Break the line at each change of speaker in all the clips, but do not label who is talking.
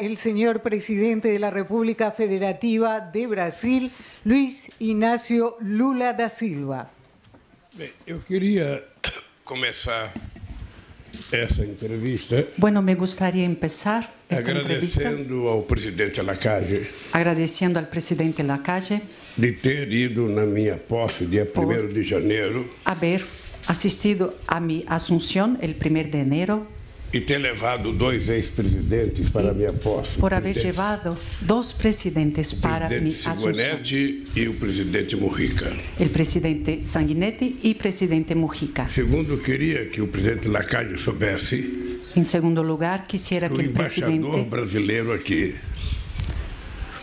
el señor presidente de la República Federativa de Brasil, Luiz Inácio Lula da Silva.
Bem, eu queria começar essa entrevista
Bueno, me gustaría empezar esta entrevista
agradecendo ao presidente Lacage
agradeciendo al presidente Lacalle
de ter ido na minha posse dia 1 de janeiro
haber asistido a mi asunción el primer de enero,
e ter levado dois ex-presidentes para a minha posse.
por haber
presidente-
llevado dos presidentes para mi
presidente
asunción,
Simonetti e o presidente Mujica.
el presidente Sanguinetti y presidente Mujica.
Segundo, eu queria que o presidente Lacage soubesse
En segundo lugar, quisiera
que o
que el
embaixador
presidente,
brasileiro aqui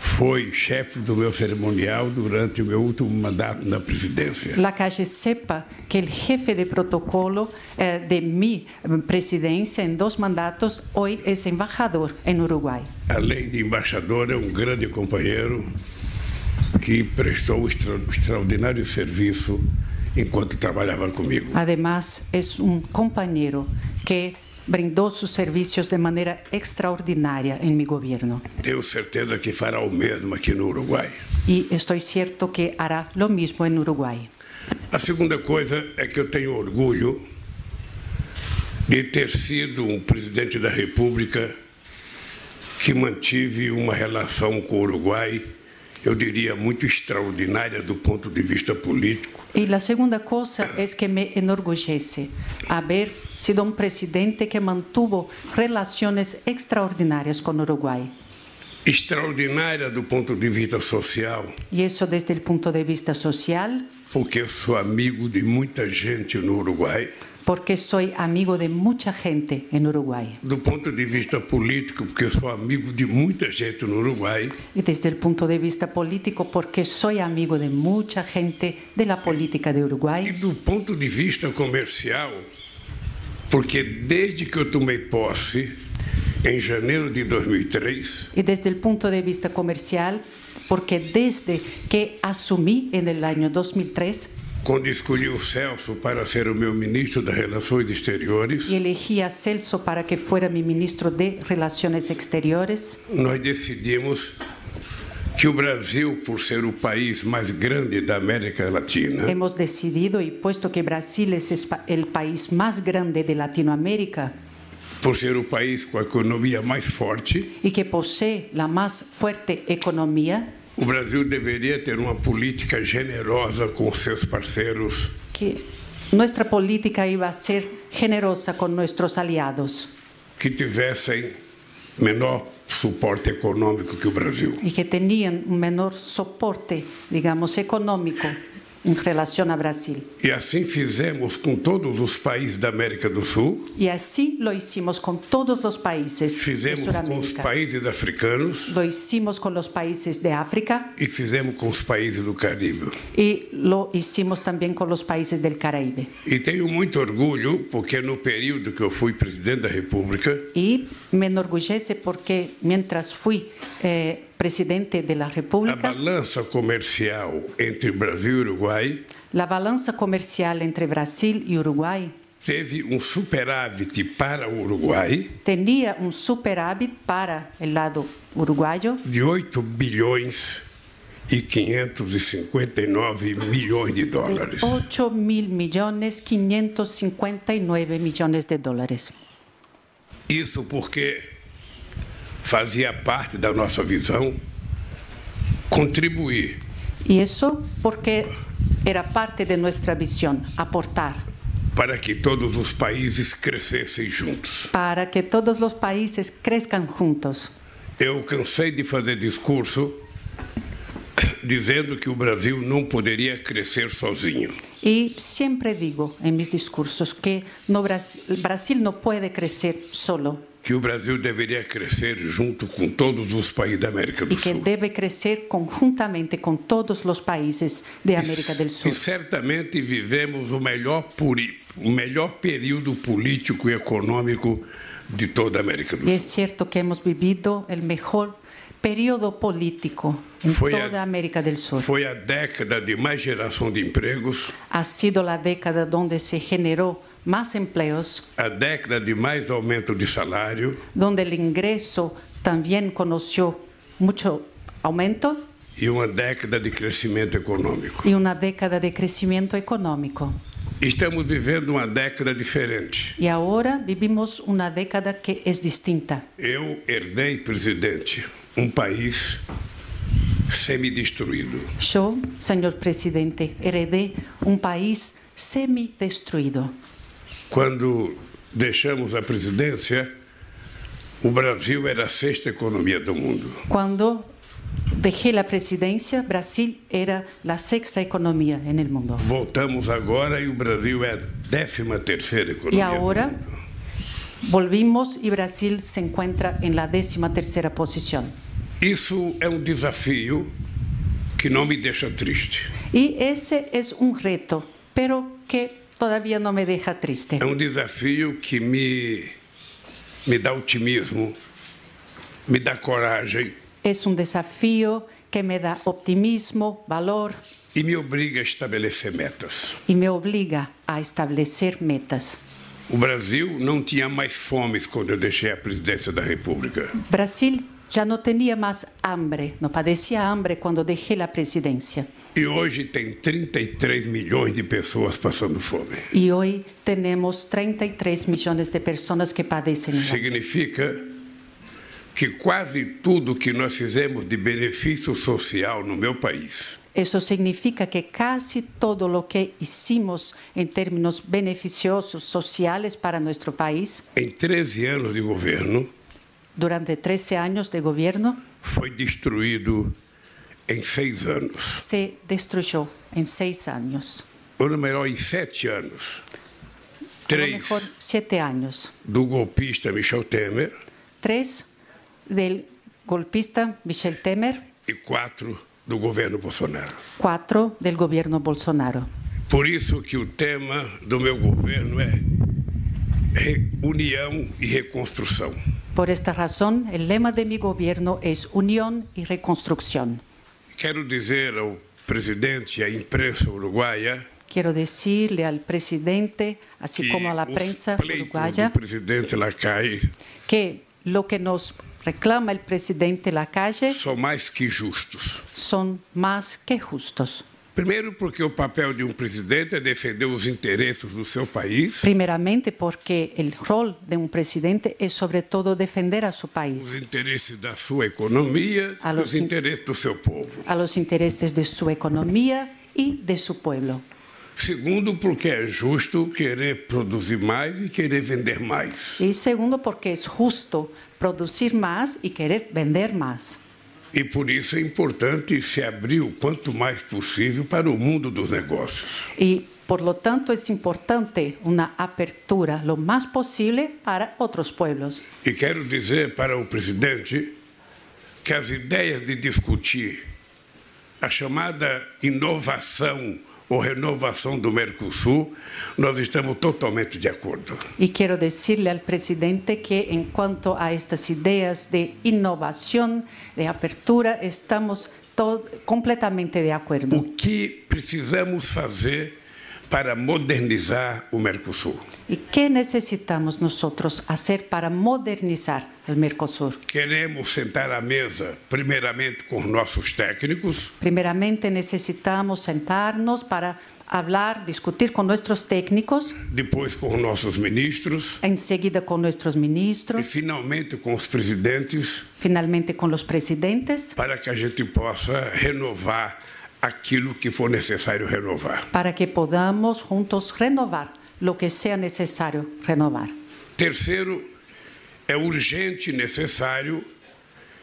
foi chefe do meu cerimonial durante o meu último mandato na presidência.
Lacalle sepa que el jefe de protocolo eh, de mi presidencia en dos mandatos hoy es embajador en Uruguay.
Além de embaixador, é um grande companheiro que prestou um extra- extraordinário serviço enquanto trabalhava comigo.
Además, es un compañero que brindó sus servicios de manera extraordinaria en mi gobierno.
Tenho certeza que fará o mesmo aqui no Uruguai.
Y estoy cierto que hará lo mismo en Uruguay.
A segunda coisa é que eu tenho orgulho de ter sido um presidente da República que mantive uma relação com o Uruguai, eu diria, muito extraordinária do ponto de vista político,
Y la segunda cosa es que me enorgullece haber sido un presidente que mantuvo relaciones extraordinarias con Uruguay.
extraordinária do ponto de vista social,
Y eso desde el punto de vista social,
porque eu sou amigo de muita gente no Uruguai.
porque soy amigo de mucha gente en Uruguay.
Do ponto de vista político, porque eu sou amigo de muita gente no Uruguai.
Y desde el punto de vista político, porque soy amigo de mucha gente de la política de
E
Uruguai.
do ponto de vista comercial, porque desde que eu tomei posse, em janeiro de 2003,
Y desde el punto de vista comercial, porque desde que asumí en el año 2003
quando escolhi o Celso para ser o meu ministro das Relações Exteriores,
y elegí a Celso para que fuera mi ministro de Relaciones Exteriores,
nós decidimos que o Brasil, por ser o país mais grande da América Latina,
hemos decidido, y puesto que Brasil es espa- el país más grande de Latinoamérica
por ser o país com a economia mais forte,
y que posee la más fuerte economía,
o Brasil deveria ter uma política generosa com seus parceiros
que nuestra política iba a ser generosa con nuestros aliados
que tivessem menor suporte econômico que o Brasil.
y que tenían un menor soporte, digamos, económico en relación a Brasil.
E assim fizemos com todos os países da América do Sul,
Y así lo hicimos con todos los países de
fizemos com os
Sudamérica.
países africanos
Lo hicimos con los países de África
e fizemos com os países do Caribe.
y lo hicimos también con los países del Caribe.
E tenho muito orgulho, porque no período que eu fui presidente da República,
Y me enorgullece porque mientras fui eh, presidente de la
a
República,
balança comercial entre Brasil e Uruguai
la balanza comercial entre Brasil y Uruguay
teve um superávit para o Uruguai
tenía un superávit para el lado uruguayo
de 8 bilhões e 559 milhões de dólares.
8 mil millones 559 millones de dólares.
Isso porque fazia parte da nossa visão contribuir
Y eso porque era parte de nuestra visión, aportar
para que todos os países crescessem juntos.
para que todos los países crezcan juntos.
Eu cansei de fazer discurso dizendo que o Brasil não poderia crescer sozinho.
Y siempre digo en mis discursos que no Bras- Brasil no puede crecer solo
Que o Brasil deveria crescer junto com todos os países da América do
y que é
Sul.
debe crecer conjuntamente con todos los países de América del Sur.
E certamente vivemos o melhor, puri- o melhor período político e econômico de toda a América do
Y
Sul.
es cierto que hemos vivido el mejor periodo político en
Fue a-
toda América del Sur.
Foi a década de mais geração de empregos,
Ha sido la década donde se generó más empleos,
a década de mais aumento de salário,
donde el ingreso también conoció mucho aumento
e uma década de crescimento econômico.
y una década de crecimiento económico.
Estamos vivendo uma década diferente.
Y ahora vivimos una década que es distinta.
Eu herdei, presidente, um país semidestruído.
Yo, señor presidente, heredé un país semidestruido.
Quando deixamos a presidência, o Brasil era a sexta economia do mundo.
Cuando dejé la presidencia, Brasil era la sexta economía en el mundo.
Voltamos agora e o Brasil é a décima terceira economia.
E agora?
Do mundo.
Volvimos y Brasil se encuentra en la décima tercera posición.
Isso é um desafio que não me deixa triste.
Y ese es un reto, pero que todavía no me deja triste.
É um desafio que me, me dá otimismo, me dá coragem
Es un desafío que me da optimismo, valor
e me obriga a estabelecer metas.
y me obliga a establecer metas.
O Brasil não tinha mais fome quando eu deixei a presidência da República.
Brasil ya no tenía más hambre, no padecía hambre cuando dejé la presidencia.
E hoje tem 33 milhões de pessoas passando fome.
Y hoy tenemos 33 millones de personas que padecen. hambre.
Significa que quase tudo que nós fizemos de benefício social no meu país
Eso significa que casi todo lo que hicimos en términos beneficiosos sociales para nuestro país
em 13 anos de governo
durante 13 años de gobierno
foi destruído em seis anos.
se destruyó en seis años,
Ou melhor, em sete anos.
a lo
Três
mejor siete años.
do golpista Michel Temer
Tres del golpista Michel Temer,
e quatro do governo Bolsonaro.
cuatro del gobierno Bolsonaro.
Por isso que o tema do meu governo é re- união e reconstrução.
Por esta razón, el lema de mi gobierno es unión y reconstrucción.
Quero dizer ao presidente e à imprensa uruguaia
Quiero decirle al presidente, así
que
Assim como a la
os
prensa
pleitos
uruguaya,
do presidente Lacalle
que lo que nos reclama el presidente Lacalle
são mais que justos.
son más que justos.
Primeiro, porque o papel de um presidente é defender os interesses do seu país,
Primeramente porque el rol de un presidente es sobre todo defender a su
os
país,
interesses da sua economia,
Ah,
os
sim.
interesses do seu povo.
a los intereses de su economía y de su pueblo.
Segundo, porque é justo querer produzir mais e querer vender mais.
Y segundo porque es justo producir más y querer vender más.
E por isso é importante se abrir o quanto mais possível para o mundo dos negócios.
Y por lo tanto es importante una apertura lo más posible para otros pueblos.
E quero dizer para o presidente que as ideias de discutir a chamada inovação ou renovação do Mercosul, nós estamos totalmente de acordo.
Y quiero decirle al presidente que en cuanto a estas ideas de innovación, de apertura, estamos to- completamente de acuerdo.
O que precisamos fazer para modernizar o Mercosul?
¿Y qué necesitamos nosotros hacer para modernizar el Mercosur?
Queremos sentar à mesa, primeiramente com os nossos técnicos,
Primeramente necesitamos sentarnos para hablar, discutir con nuestros técnicos,
depois com os nossos ministros
enseguida con nuestros
e
ministros,
finalmente com os presidentes,
finalmente con los presidentes,
para que a gente possa renovar aquilo que for necessário renovar.
para que podamos juntos renovar lo que sea necesario renovar.
Terceiro, é urgente e necessário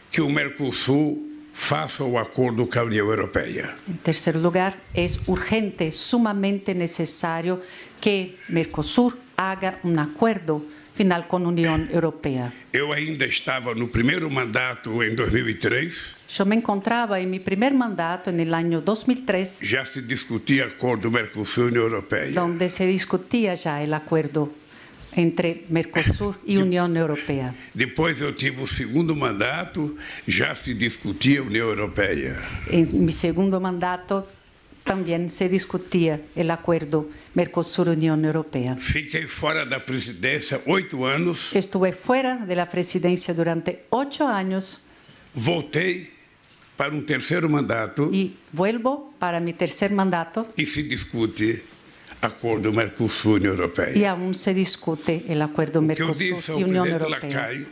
que o Mercosul faça o acordo com a União Europeia.
En tercer lugar, es urgente, sumamente necesario que Mercosur haga un acuerdo final con Unión Europea.
Eu ainda estava no primeiro mandato em 2003,
Yo me encontraba en mi primer mandato en el año 2003,
já se discutia acordo Mercosul-União Europeia.
donde se discutía ya el acuerdo entre Mercosur y Unión Europea.
Depois eu tive o segundo mandato, já se discutia a União Europeia.
En mi segundo mandato también se discutía el acuerdo Mercosur-Unión Europea.
Fiquei fora da presidência oito anos,
Estuve fuera de la presidencia durante ocho años
voltei para um terceiro mandato
y vuelvo para mi tercer mandato
e se discute acordo Mercosul-União Europeia.
y aún se discute el acuerdo
O que eu disse ao
Mercosur-Unión
presidente
Europea.
Lacaio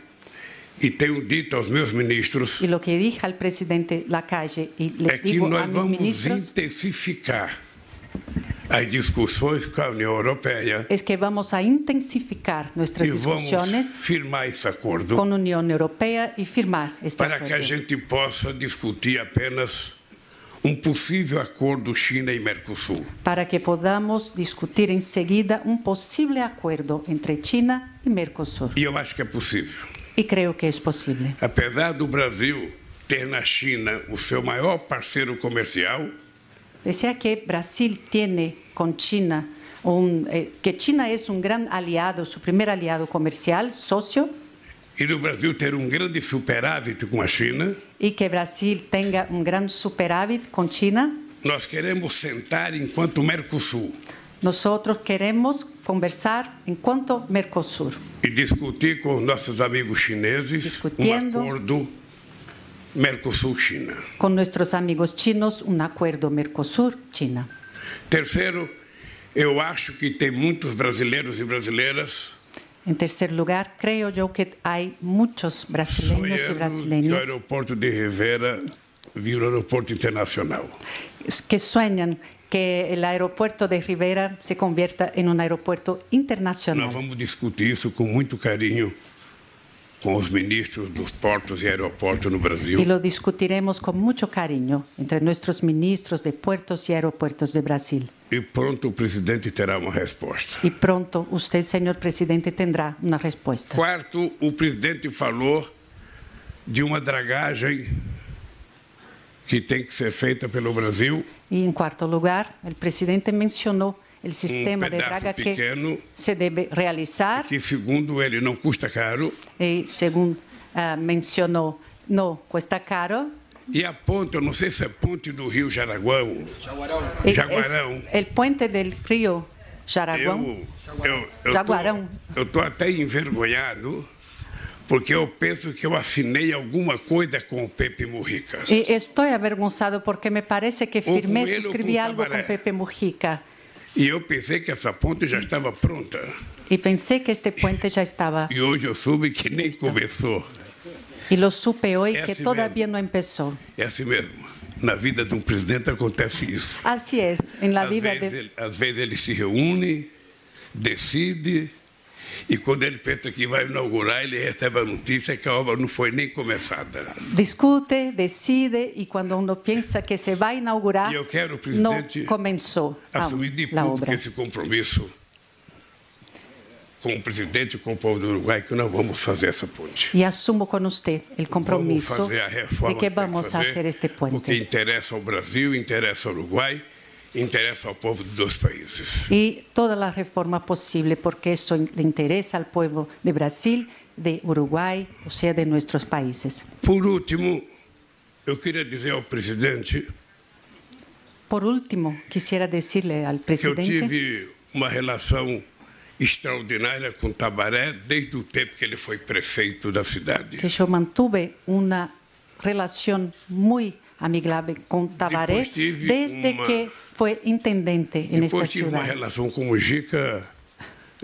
e tenho dito aos meus ministros
Y lo que dije al presidente Lacalle y le
é que
digo a
nós
mis
vamos
ministros
intensificar as discussões com a União Europeia
es que vamos a intensificar nuestras
e vamos
discusiones
firmar esse acordo
con Unión Europea y firmar este
para que a
acuerdo.
gente possa discutir apenas um possível acordo China e Mercosul.
para que podamos discutir enseguida un posible acuerdo entre China y Mercosur.
E eu acho que é possível.
Y creo que es posible.
Apesar do Brasil ter na China o seu maior parceiro comercial,
Pese a que Brasil tiene con China, un, eh, que China es un gran aliado, su primer aliado comercial, socio,
e do Brasil ter um grande superávit com a China,
y que Brasil tenga un gran superávit con China,
nós queremos sentar enquanto Mercosul
nosotros queremos conversar en cuanto Mercosur,
e discutir com os nossos amigos chineses
Discutiendo.
um acordo Mercosul-China.
con nuestros amigos chinos, un acuerdo Mercosur-China.
Terceiro, eu acho que tem muitos brasileiros e brasileiras
En tercer lugar, creo yo que hay muchos brasileños y
sonhando que o
brasileñas
aeroporto de Rivera vira o aeroporto internacional.
que sueñan que el aeropuerto de Rivera se convierta en un aeropuerto
Nós
internacional.
vamos discutir isso com muito carinho com os ministros dos portos e aeroportos no
Y
Brasil.
lo discutiremos con mucho cariño entre nuestros ministros de puertos y aeropuertos de Brasil.
E pronto o presidente terá uma resposta.
Y pronto usted, señor presidente, tendrá una respuesta.
Quarto, o presidente falou de uma dragagem que tem que ser feita pelo Brasil,
Y en cuarto lugar, el presidente mencionó el sistema de
pedazo
draga
pequeño.
que se debe realizar
que segundo ele não custa caro,
y según ah, mencionó, no cuesta caro.
e a ponte, eu não sei se é ponte do Rio Jaraguão,
Eh, Es-
Jaguarão.
es el puente del río Jaraguán.
Eu, eu, eu
Jaguarão.
Tô, eu tô até envergonhado, porque eu penso que eu assinei alguma coisa com o Pepe Mujica.
Y Eh, estoy avergonzado porque me parece que
con
firmé,
él o
suscribí
con
algo con
Tabaré.
Pepe Mujica
E eu pensei que essa ponte já estava pronta.
y pensé que este puente ya estaba.
E hoje eu soube que nem começou.
Y lo supe hoy
Es
que
así
todavía no empezó.
É assim mesmo. Na vida de um presidente acontece isso.
Así es, en la
Às
vida
vezes,
de...
ele, às vezes ele se reúne, decide, e quando ele pensa que vai inaugurar, ele recebe a notícia que a obra não foi nem começada.
Discute, decide y cuando uno piensa que se va a inaugurar,
Y yo quiero,
no
presidente,
comenzó aún
assumir de
la
público
Ah, obra.
esse compromisso com o presidente e com o povo do Uruguai é que nós vamos fazer essa ponte.
Y asumo con usted el
Vamos
compromiso
fazer a reforma
de que
tem
vamos a
fazer,
hacer este
Porque
puente.
interessa ao Brasil, interessa ao Uruguai, interessa ao povo dos dois países.
Y toda la reforma posible, porque eso in- le interesa al pueblo de Brasil, de Uruguay, o sea, de nuestros países.
Por último, eu queria dizer ao presidente
Por último, quisiera decirle al
que eu
presidente
tive uma relação extraordinária com Tabaré desde o tempo que ele foi prefeito da cidade.
que yo mantuve una relación muy amigable con Tabaré
Después tive
desde
una-
que fue intendente en esta
Depois tive uma
ciudad.
relação com o Gica,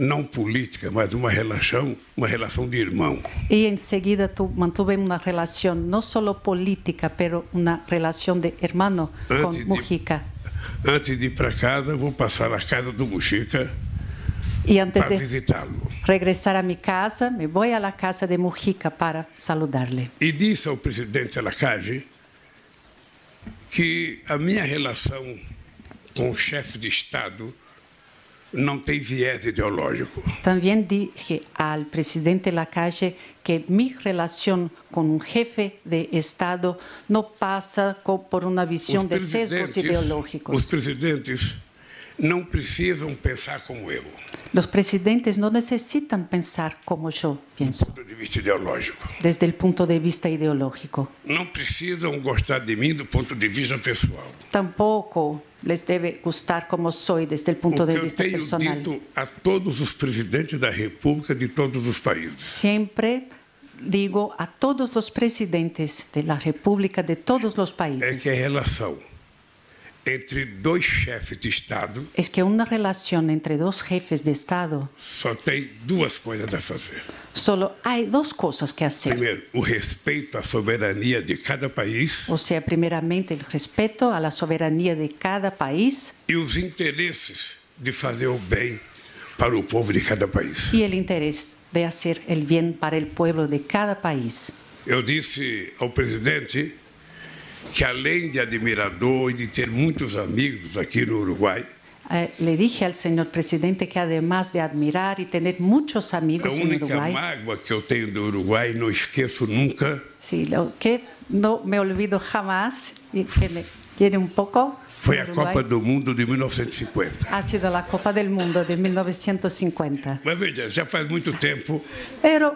não política, mas uma relação, uma relação de irmão.
Y enseguida tu- mantuve una relación no solo política, pero una relación de hermano
Antes de-
con Mujica.
Antes de ir para casa, vou passar na casa do Mujica
Y antes
para
de
visitá-lo.
regresar a mi casa, me voy a la casa de Mujica para saludarle.
E disse ao presidente Lacage que a minha relação com o chefe de Estado não tem viés ideológico.
También dije al presidente Lacalle que mi relación con un jefe de Estado um no pasa co- por una visión de sesgos
os
ideológicos.
presidentes não precisam pensar como eu, do
Los presidentes no necesitan pensar como yo pienso,
ponto de vista ideológico.
desde el punto de vista ideológico.
Não precisam gostar de mim do ponto de vista pessoal.
Tampoco les debe gustar como soy desde el
O que
punto de
eu
vista
tenho
personal.
dito a todos os presidentes da República de todos os países.
Siempre digo a todos los presidentes de la República de todos los
É
países
que a relação entre dois chefes de Estado
es que una relación entre dos jefes de Estado
só tem duas coisas a fazer.
solo hay dos cosas que hacer.
Primeiro, o respeito à soberania de cada país
O sea, primeramente el respeto a la soberanía de cada país
e os interesses de fazer o bem para o povo de cada país.
y el interés de hacer el bien para el pueblo de cada país.
Eu disse ao presidente que, além de admirador e de ter muitos amigos aqui no Uruguai,
Eh, le dije al señor presidente que además de admirar y tener muchos
a
amigos en
única
Uruguay,
mágoa que eu tenho do Uruguai, não esqueço nunca,
sí, lo que no me olvido jamás y que me quiere un poco,
foi a
Uruguay,
Copa do Mundo de 1950.
ha sido la Copa del Mundo de 1950.
Mas veja, já faz muito tempo,
Pero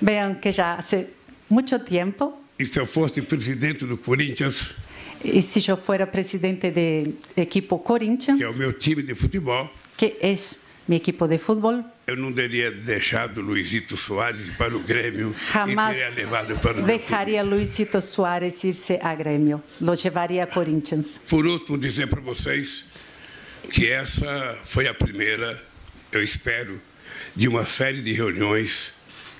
vean que ya hace mucho tiempo
e se eu fosse presidente do Corinthians,
Y si yo fuera presidente de equipo
que é o
Corinthians,
meu time de futebol,
que es mi equipo de fútbol,
eu não teria deixado Luizito Soares para o Grêmio
Jamás
e teria levado para o meu
dejaría a Luisito Suárez irse a gremio, lo llevaría a Corinthians.
Por último, dizer para vocês que essa foi a primeira, eu espero, de uma série de reuniões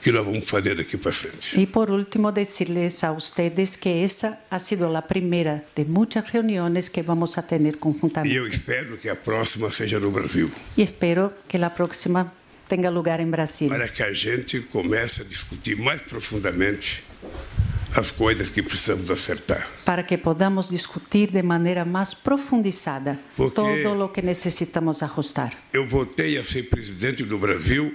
que nós vamos fazer daqui para frente.
Y por último, decirles a ustedes que esa ha sido la primera de muchas reuniones que vamos a tener
E
conjuntamente.
eu espero que a próxima seja no Brasil,
Y espero que la próxima tenga lugar en Brasil,
para que a gente comece a discutir mais profundamente as coisas que precisamos acertar.
para que podamos discutir de manera más profundizada
Porque-
todo lo que necesitamos ajustar.
Eu voltei a ser presidente do Brasil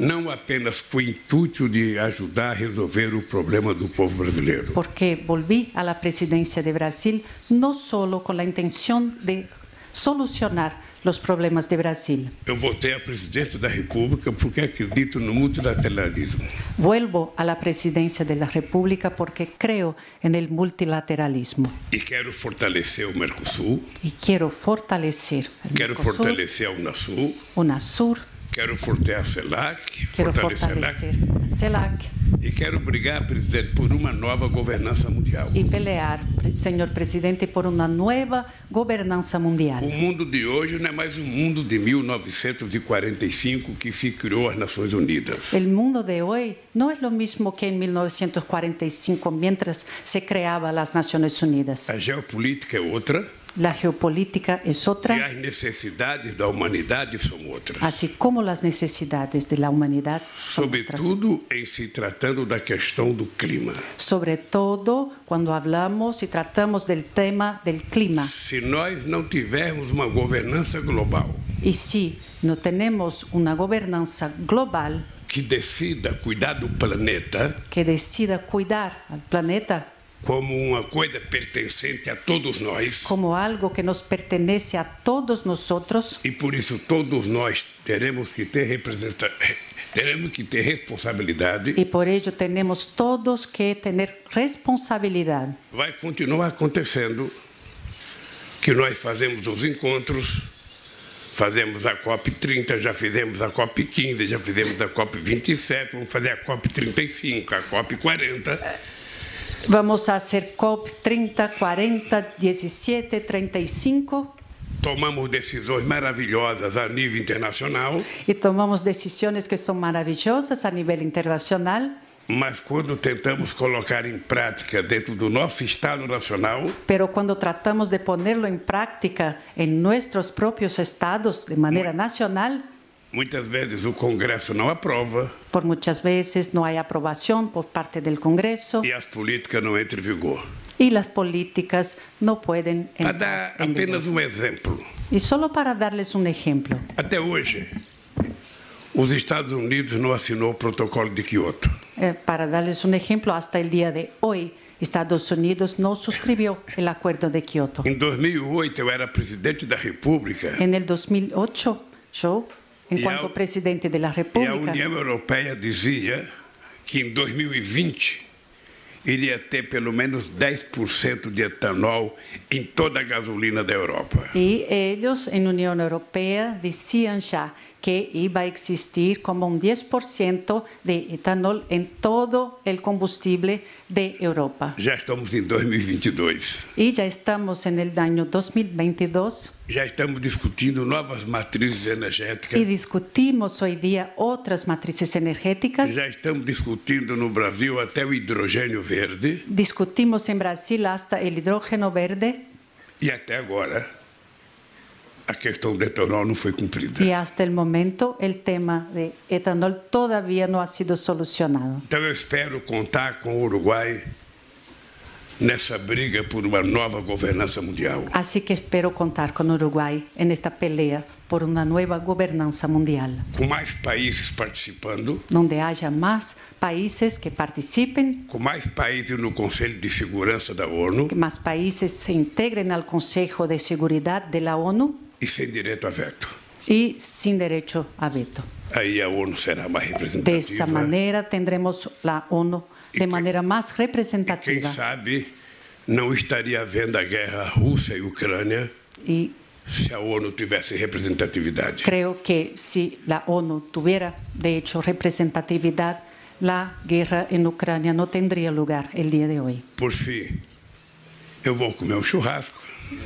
não apenas com o intuito de ajudar a resolver o problema do povo brasileiro,
porque volví a la presidencia de Brasil no solo con la intención de solucionar los problemas de Brasil.
Eu votei a presidente da República porque acredito no multilateralismo.
Vuelvo a la presidencia de la República porque creo en el multilateralismo
E quero fortalecer o Mercosul,
y quiero fortalecer el
quero
Mercosur,
fortalecer a Unasul,
UNASUR,
quero fortalecer a CELAC,
quiero
fortalecer a LAC,
fortalecer CELAC
e quero brigar, presidente, por uma nova governança mundial.
y pelear, pre- señor presidente, por una nueva gobernanza
O
mundial.
mundo de hoje não é mais o mundo de 1945 que se criou as Nações Unidas.
El mundo de hoy no es lo mismo que en 1945 mientras se creaba las Naciones Unidas.
A geopolítica é outra
La geopolítica es
e
otra,
as necessidades da humanidade são outras.
así como las necesidades de la humanidad, son otras.
Sobretudo em se tratando da questão do clima.
sobre todo cuando hablamos y tratamos del tema del clima.
Se nós não tivermos uma governança global
Y si no tenemos una gobernanza global
que decida cuidar do planeta
que decida cuidar al planeta
como uma coisa pertencente a todos nós,
como algo que nos pertenece a todos nosotros,
e por isso todos nós teremos que ter representa- teremos que ter responsabilidade,
y por ello tenemos todos que tener responsabilidad.
vai continuar acontecendo que nós fazemos os encontros, fazemos a COP 30, já fizemos a COP 15, já fizemos a COP 27, vamos fazer a COP 35, a COP 40.
Vamos a hacer COP 30, 40, 17, 35.
Tomamos decisões maravilhosas a nível internacional,
y tomamos decisiones que son maravillosas a nivel internacional,
mas quando tentamos colocar em prática dentro do nosso Estado Nacional,
pero cuando tratamos de ponerlo en práctica en nuestros propios estados de manera nacional,
muitas vezes o Congresso não aprova
por muchas veces no hay aprobación por parte del Congreso
e as políticas não entram em vigor.
y las políticas no pueden
Para
entrar
dar
en
apenas
vigor.
um exemplo,
Y solo para darles un ejemplo,
até hoje, os Estados Unidos não assinou o protocolo de Quioto.
Eh, para darles un ejemplo, hasta el día de hoy, Estados Unidos no suscribió el Acuerdo de Kioto.
Em 2008, eu era presidente da República
En el 2008, yo, en
Y
cuanto
a-
presidente de la
e a
República,
União Europeia dizia que em 2020 iria ter pelo menos 10% de etanol em toda a gasolina da Europa.
y ellos en Unión Europea decían ya que iba a existir como un 10% de etanol en todo el combustible de Europa.
Já estamos em 2022.
Y ya estamos en el año 2022
Já estamos discutindo novas matrizes energéticas.
y discutimos hoy día otras matrices energéticas.
Já estamos discutindo no Brasil até o hidrogênio verde
Discutimos en Brasil hasta el hidrógeno verde
e até agora a questão do etanol não foi cumprida.
y hasta el momento el tema de etanol todavía no ha sido solucionado.
Então eu espero contar com o Uruguai nessa briga por uma nova governança mundial.
Así que espero contar con Uruguay en esta pelea por una nueva gobernanza mundial,
Com mais países participando,
donde haya más países que participen,
com mais países no Conselho de Segurança da ONU
que más países se integren al Consejo de Seguridad de la ONU
e sem direito a veto.
y sin derecho a veto.
Aí a ONU será mais
De esa
representativa.
manera tendremos la ONU
Y
de
que-
manera más
E quem
representativa.
sabe não estaria havendo a guerra Rússia e Ucrânia
Y
se a ONU tivesse representatividade.
creo que si la ONU tuviera, de hecho, representatividad, la guerra en Ucrania no tendría lugar el día de hoy.
Por fim, eu vou comer um churrasco,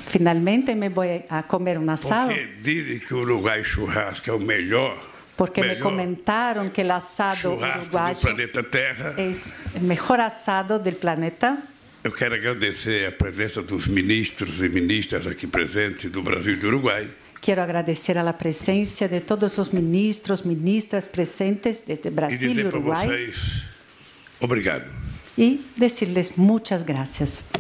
Finalmente me voy a comer un asado
porque dizem que o Uruguai churrasco é o melhor,
porque é me
melhor
comentaron que el asado
churrasco do
uruguayo
planeta Terra.
es el mejor asado del planeta.
Eu quero agradecer a presença dos ministros e ministras aqui presentes do Brasil e do Uruguai.
Quiero agradecer a la presencia de todos los ministros, ministras presentes desde
E
Brasil y
dizer para
Uruguay
vocês, obrigado.
y decirles muchas gracias.